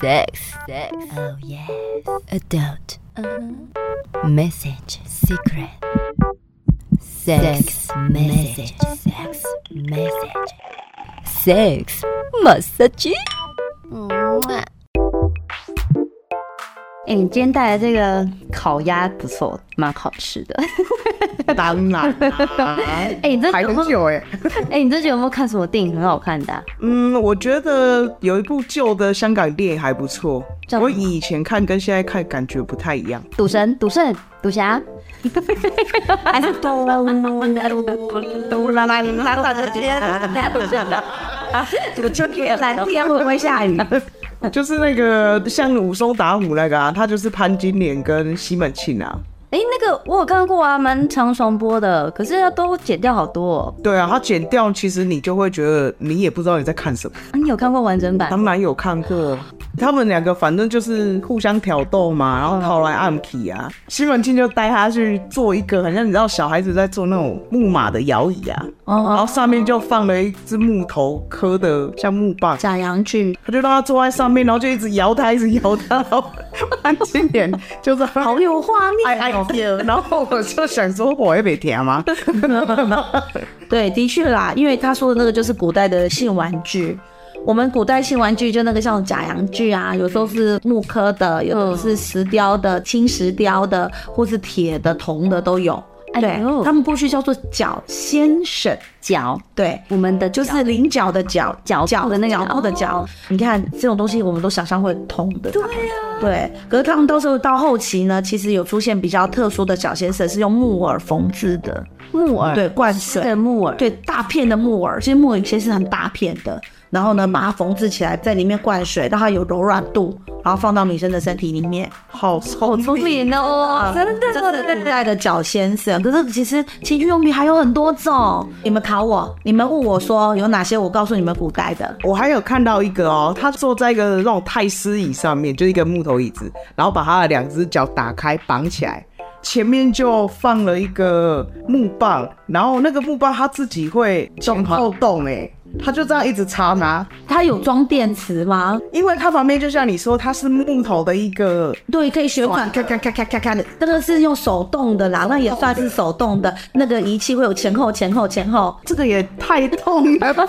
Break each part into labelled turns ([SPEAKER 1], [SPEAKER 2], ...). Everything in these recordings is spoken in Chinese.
[SPEAKER 1] Sex, sex, oh yes. Uh-huh. Adult, message, secret. Sex, message, sex, message. Sex, massage.
[SPEAKER 2] 哎、你今天带来这个烤鸭不错，蛮好吃的。
[SPEAKER 3] 当 然啦，
[SPEAKER 2] 哎、你这
[SPEAKER 3] 排
[SPEAKER 2] 有没
[SPEAKER 3] 很
[SPEAKER 2] 有？
[SPEAKER 3] 久哎、
[SPEAKER 2] 哎、你这有没有看什么电影很好看的啊、
[SPEAKER 3] 嗯，我觉得有一部旧的香港电影还不错
[SPEAKER 2] 叫，
[SPEAKER 3] 我
[SPEAKER 2] 什么
[SPEAKER 3] 以前看跟现在看感觉不太一样。
[SPEAKER 2] 赌神、赌圣、赌侠，还是
[SPEAKER 4] 嘟啦嘟啦啦啦啦的，这个就给蓝天会不会下雨？
[SPEAKER 3] 就是那个像武松打虎那个啊，他就是潘金莲跟西门庆啊。
[SPEAKER 2] 哎、那个我有看过啊，蛮长重播的，可是都剪掉好多、哦。
[SPEAKER 3] 对啊，他剪掉，其实你就会觉得你也不知道你在看 什么。
[SPEAKER 2] 啊你有看过完整版？
[SPEAKER 3] 当然有看过，他们两个反正就是互相挑逗
[SPEAKER 2] 嗯
[SPEAKER 3] 嘛，然后跑来暗体啊。西门庆就带他去做一个，好像你知道小孩子在做那种木马的摇椅啊，
[SPEAKER 2] 哦
[SPEAKER 3] 然
[SPEAKER 2] 哦，
[SPEAKER 3] 后上面就放了一只木头磕的像木棒，
[SPEAKER 4] 假洋剧，
[SPEAKER 3] 他就让他坐在上面，然后就一直摇他，一直摇 他，然后潘金莲就是好
[SPEAKER 4] 好有画面。
[SPEAKER 3] 哎哎呦，然后我就想说，我也没听吗？
[SPEAKER 4] 对，的确啦，因为他说的那个就是古代的性玩具。我们古代性玩具就那个像假洋具啊，有时候是木刻的，有的是石雕的、青石雕的，或是铁的、铜的都有。
[SPEAKER 2] 哎
[SPEAKER 4] 对
[SPEAKER 2] 呦，
[SPEAKER 4] 他们过去叫做脚先生，
[SPEAKER 2] 脚，
[SPEAKER 4] 对，
[SPEAKER 2] 我们的
[SPEAKER 4] 就是菱角的角，
[SPEAKER 2] 脚
[SPEAKER 4] 角的那个
[SPEAKER 2] 脚
[SPEAKER 4] 脚后的角。你看这种东西，我们都想象会很痛的。对呀、对。可是他们到时候到后期呢，其实有出现比较特殊的小先生，是用木耳缝制的，
[SPEAKER 2] 木耳，
[SPEAKER 4] 对，灌
[SPEAKER 2] 这
[SPEAKER 4] 水
[SPEAKER 2] 个，木耳，
[SPEAKER 4] 对，大片的木耳，其实木耳其实是很大片的。然后呢，把它缝制起来，在里面灌水，让它有柔软度，然后放到女生的身体里面。
[SPEAKER 3] 好
[SPEAKER 2] 好
[SPEAKER 3] 聪
[SPEAKER 2] 聪
[SPEAKER 3] 明，
[SPEAKER 2] 明哦，真
[SPEAKER 4] 这
[SPEAKER 2] 的，
[SPEAKER 4] 是古代的脚先生，可是其实情趣用品还有很多种。你们考我，你们问我说有哪些，我告诉你们古代的。
[SPEAKER 3] 我还有看到一个哦，他坐在一个那种太师椅上面，就一个木头椅子，然后把他的两只脚打开绑起来，前面就放了一个木棒，然后那个木棒他自己会前后动哎、他就这样一直插拿，
[SPEAKER 4] 它有装电池吗？
[SPEAKER 3] 因为它旁边就像你说，它是木头的一个，
[SPEAKER 4] 对，可以循环，咔咔咔咔咔咔的。那个是用手动的啦，那也算是手动的。那个仪器会有前后前后前后，
[SPEAKER 3] 这个也太痛了 吧！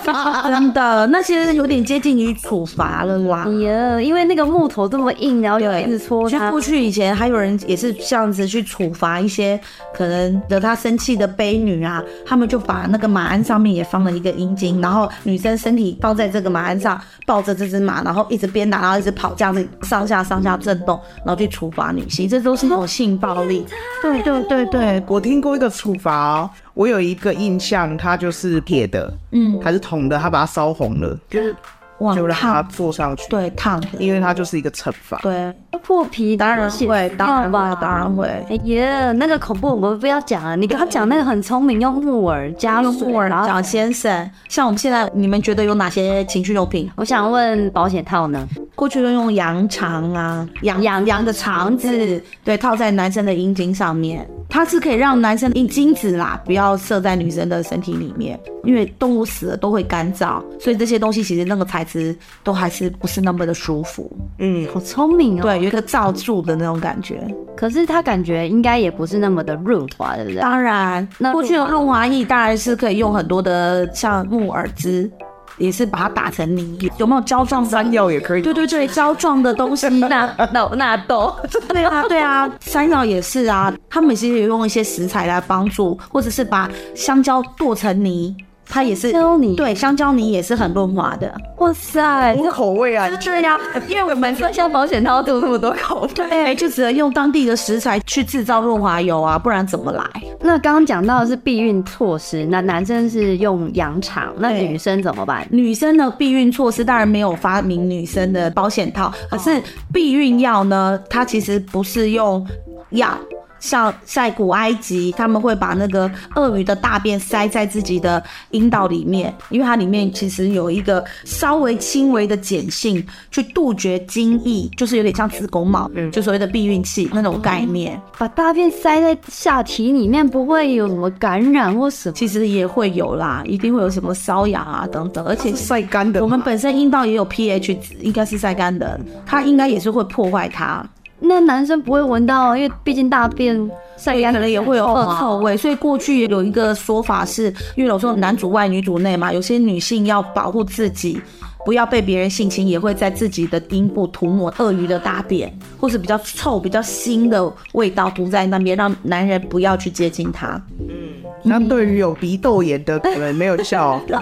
[SPEAKER 4] 真的，那其实有点接近于处罚了啦
[SPEAKER 2] 哎。呀，因为那个木头这么硬，然后就
[SPEAKER 4] 对，
[SPEAKER 2] 一直戳
[SPEAKER 4] 其实
[SPEAKER 2] 它
[SPEAKER 4] 过，去以前还有人也是这样子去处罚一些可能惹他生气的悲女啊，他们就把那个马鞍上面也放了一个阴茎，然后女生身体抱在这个马鞍上，抱着这只马，然后一直鞭打，然后一直跑，这样子上下上下震动，然后去处罚女性，这都是一种性暴力。对对对对，
[SPEAKER 3] 我听过一个处罚、哦，我有一个印象，它就是铁的，嗯，还是铜的，他把它烧红了，
[SPEAKER 4] 哇
[SPEAKER 3] 就，让它
[SPEAKER 4] 烫，
[SPEAKER 3] 坐上去，
[SPEAKER 4] 对烫的，
[SPEAKER 3] 因为它就是一个惩罚。
[SPEAKER 4] 对，
[SPEAKER 2] 破皮
[SPEAKER 4] 当然
[SPEAKER 2] 血
[SPEAKER 4] 会，当然
[SPEAKER 2] 掉吧
[SPEAKER 4] 会，当然会。
[SPEAKER 2] 哎呀，那个恐怖我们不要讲啊了。你刚刚讲那个很聪明，用木耳加入木耳，然后
[SPEAKER 4] 蒋先生，像我们现在，你们觉得有哪些情趣用品？
[SPEAKER 2] 我想问保险套呢？
[SPEAKER 4] 过去都用羊肠啊，羊
[SPEAKER 2] 羊
[SPEAKER 4] 羊的肠子，对，套在男生的阴茎上面，它是可以让男生的精子啦，不要射在女生的身体里面，因为动物死了都会干燥，所以这些东西其实那个材质都还是不是那么的舒服，
[SPEAKER 3] 嗯，
[SPEAKER 2] 好聪明哦。，
[SPEAKER 4] 对，有一个罩住的那种感觉。
[SPEAKER 2] 可是它感觉应该也不是那么的润滑，对不对？
[SPEAKER 4] 当然，
[SPEAKER 2] 那
[SPEAKER 4] 那过去的
[SPEAKER 2] 润滑
[SPEAKER 4] 润滑液当然是可以用很多的像木耳汁，也是把它打成泥，有没有胶状的？
[SPEAKER 3] 山药也可以，
[SPEAKER 4] 对对对，胶状的东 西
[SPEAKER 2] 纳豆纳豆，
[SPEAKER 4] 对啊，对啊，山药也是啊，他们其实也用一些食材来帮助，或者是把香蕉剁成泥，它也是
[SPEAKER 2] 香蕉泥
[SPEAKER 4] 对，香蕉泥也是很润滑的。
[SPEAKER 2] 哇塞！
[SPEAKER 3] 无口味啊，
[SPEAKER 2] 对呀、因为我们说像保险套都那么多口袋。
[SPEAKER 4] 对，哎就只能用当地的食材去制造润滑油啊，不然怎么来？
[SPEAKER 2] 那刚刚讲到的是避孕措施，那男生是用羊肠，那
[SPEAKER 4] 对
[SPEAKER 2] 女生怎么办？
[SPEAKER 4] 女生的避孕措施当然没有发明女生的保险套，可是避孕药呢，它其实不是用药。像在古埃及，他们会把那个鳄鱼的大便塞在自己的阴道里面，因为它里面其实有一个稍微轻微的碱性，去杜绝精液，就是有点像子宫毛，就所谓的避孕器那种概念，
[SPEAKER 2] 把大便塞在下体里面，不会有什么感染或什么。
[SPEAKER 4] 其实也会有啦，一定会有什么瘙痒啊等等，而且
[SPEAKER 3] 是晒干的嘛。
[SPEAKER 4] 我们本身阴道也有 pH 值，应该是晒干的，它应该也是会破坏它。
[SPEAKER 2] 那男生不会闻到，因为毕竟大便晒干
[SPEAKER 4] 可能也 会有恶
[SPEAKER 2] 恶
[SPEAKER 4] 臭
[SPEAKER 2] 哦臭。
[SPEAKER 4] 味，所以过去有一个说法是，因为有时候男主外女主内嘛，有些女性要保护自己，不要被别人性侵，也会在自己的阴部涂抹鳄鱼的大便，或是比较臭、比较腥的味道涂在那边，让男人不要去接近她。
[SPEAKER 3] 那对于有鼻窦炎的可能没有效 哦。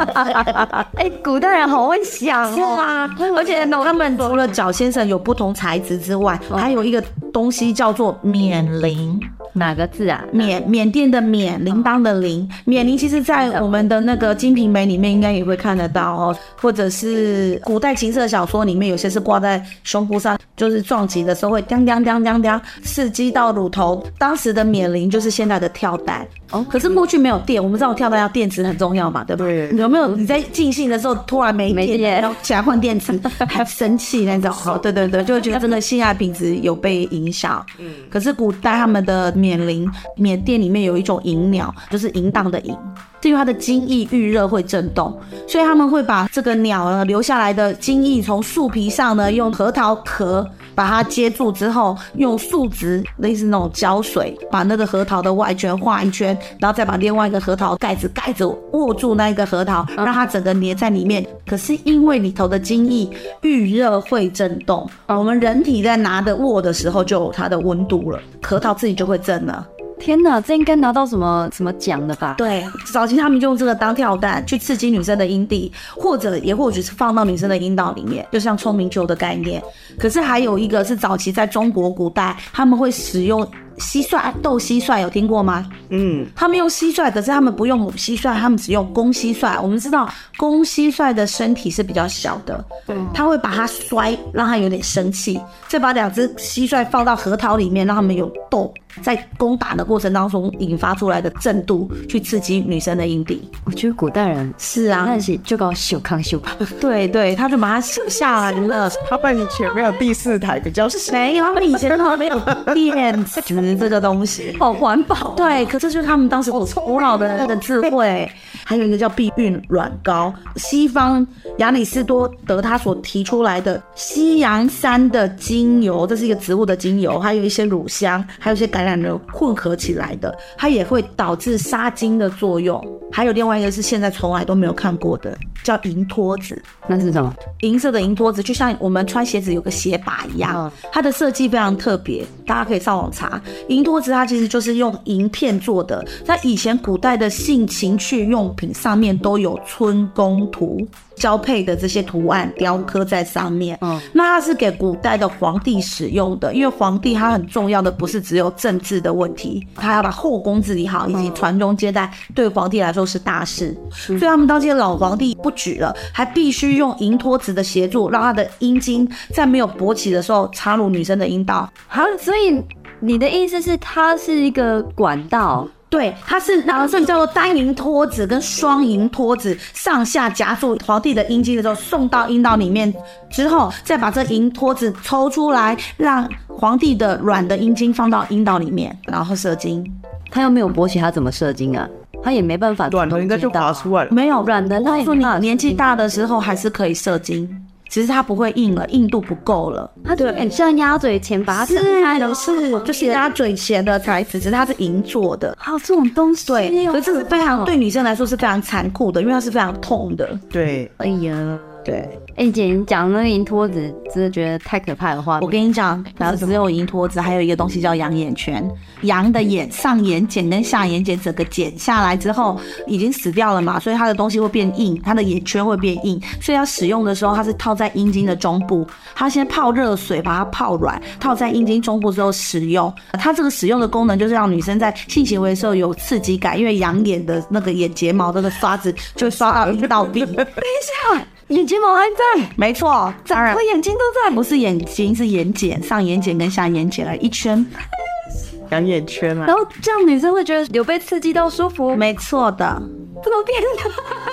[SPEAKER 2] 哎、古代人好会想
[SPEAKER 4] 是
[SPEAKER 2] 哦，
[SPEAKER 4] 啊，而且他们除了找先生有不同材质之外，还有一个东西叫做冕铃。
[SPEAKER 2] 哪个字啊？
[SPEAKER 4] 缅缅甸的缅，铃铛的铃，缅铃其实，在我们的那个《金瓶梅》里面应该也会看得到哦，或者是古代情色小说里面有些是挂在胸部上，就是撞击的时候会当当当当当刺激到乳头。当时的缅铃就是现在的跳蛋，哦，可是过去没有电，我们知道跳蛋要电池很重要嘛，对吧？
[SPEAKER 3] 对
[SPEAKER 4] 有没有你在尽兴的时候突然没
[SPEAKER 2] 没
[SPEAKER 4] 电，
[SPEAKER 2] 电
[SPEAKER 4] 然后起来换 电池，还生气那种？哦，对对对，就会觉得真的性爱品质有被影响。
[SPEAKER 2] 嗯
[SPEAKER 4] 可是古代他们的缅铃，缅甸里面有一种银鸟，就是淫荡的淫，是因为它的精液遇热会震动，所以他们会把这个鸟呢留下来的精液从树皮上呢用核桃壳把它接住之后，用树脂类似那种胶水把那个核桃的外圈画一圈，然后再把另外一个核桃盖子盖子握住那一个核桃，让它整个粘在里面。可是因为里头的精液遇热会震动，啊我们人体在拿的握的时候就有它的温度了，核桃自己就会震了。
[SPEAKER 2] 天哪，这应该拿到什么什么奖的吧？
[SPEAKER 4] 对，早期他们就用这个当跳蛋去刺激女生的阴蒂，或者也或许是放到女生的阴道里面，就像聪明球的概念。可是还有一个是早期在中国古代他们会使用蟋蟀，斗蟋蟀有听过吗？
[SPEAKER 3] 嗯，
[SPEAKER 4] 他们用蟋蟀，可是他们不用母蟋蟀，他们只用公蟋蟀。我们知道公蟋蟀的身体是比较小的，他会把它摔，让它有点生气，再把两只蟋蟀放到核桃里面，让它们有斗，在攻打的过程当中引发出来的震度，去刺激女生的阴蒂。
[SPEAKER 2] 我觉得古代人
[SPEAKER 4] 是啊
[SPEAKER 2] 那，是就搞小康小吧。
[SPEAKER 4] 对对，他就把它卸下来 了。
[SPEAKER 3] 他们前面有第四台比较小，
[SPEAKER 4] 没有，他们以前都没有电池这个东西。
[SPEAKER 2] 好环保，
[SPEAKER 4] 对，可这就是他们当时古老的那个智慧。还有一个叫避孕软膏，西方亚里士多德他所提出来的西洋参的精油，这是一个植物的精油，还有一些乳香，还有一些橄榄油混合起来的，它也会导致杀精的作用。还有另外一个是现在从来都没有看过的，叫银托子。
[SPEAKER 2] 那是什么？
[SPEAKER 4] 银色的银托子，就像我们穿鞋子有个鞋把一样
[SPEAKER 2] 嗯，
[SPEAKER 4] 它的设计非常特别，大家可以上网查。银托子它其实就是用银片做的，在以前古代的性情趣用品上面都有春宫图交配的这些图案雕刻在上面。
[SPEAKER 2] 嗯
[SPEAKER 4] 那它是给古代的皇帝使用的，因为皇帝他很重要的不是只有政治的问题，他要把后宫治理好，以及传宗接代，对皇帝来说是大事。所以他们当这些老皇帝不举了，还必须用银托子的协助，让他的阴茎在没有勃起的时候插入女生的阴道。
[SPEAKER 2] 好，所以你的意思是它是一个管道？
[SPEAKER 4] 对，它是呃然后所以叫做单银托子跟双银托子上下夹住皇帝的阴茎的时候，送到阴道里面之后，再把这银托子抽出来，让皇帝的软的阴茎放到阴道里面，然后射精。
[SPEAKER 2] 它又没有勃起，它怎么射精啊？它也没办法
[SPEAKER 3] 短头应该就
[SPEAKER 2] 知道啊
[SPEAKER 3] 滑出来了。
[SPEAKER 4] 没有
[SPEAKER 2] 软的那也
[SPEAKER 4] 告诉你
[SPEAKER 2] 那，
[SPEAKER 4] 呃年纪大的时候还是可以射精，只是它不会硬了，硬度不够了。
[SPEAKER 2] 它就很像鸭嘴钳，把它
[SPEAKER 4] 是
[SPEAKER 2] 撑开的，
[SPEAKER 4] 是，就是人家嘴前的材质，只是它是银做的。
[SPEAKER 2] 还有这种东西哦，
[SPEAKER 4] 对，可是这是非常
[SPEAKER 2] 哦
[SPEAKER 4] 对。女生来说是非常残酷的，因为它是非常痛的。
[SPEAKER 3] 对，
[SPEAKER 2] 哎呀，
[SPEAKER 4] 对，
[SPEAKER 2] 哎、姐，你讲那个银托子，真的觉得太可怕的话。
[SPEAKER 4] 我跟你讲，然后只有银托子，还有一个东西叫羊眼圈，羊的眼上眼睑跟下眼睑整个剪下来之后已经死掉了嘛，所以它的东西会变硬，它的眼圈会变硬，所以要使用的时候，它是套在阴茎的中部，它先泡热水把它泡软，套在阴茎中部之后使用。它这个使用的功能就是让女生在性行为的时候有刺激感，因为羊眼的那个眼睫毛的那个刷子就会刷到阴道壁。
[SPEAKER 2] 等一下，眼睫毛还在，
[SPEAKER 4] 没错，当然
[SPEAKER 2] 我眼睛都在。
[SPEAKER 4] 不是眼睛，是眼睑，上眼睑跟下眼睑了一圈。
[SPEAKER 3] 养眼圈啊
[SPEAKER 2] 然。后这样女生会觉得有被刺激到舒服，
[SPEAKER 4] 没错的，
[SPEAKER 2] 不能变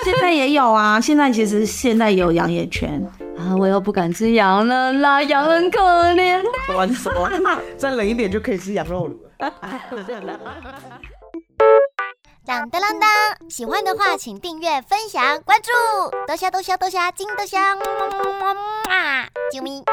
[SPEAKER 4] 现在也有啊，现在其实现在有养眼圈，
[SPEAKER 2] 啊！我又不敢吃羊了啦，羊很可怜。
[SPEAKER 3] 乱说，啊再冷一点就可以吃羊肉了。
[SPEAKER 5] 当当当当！喜欢的话，请订阅、分享、关注，多虾多虾多虾，金多虾，么么么么么啊！啾咪。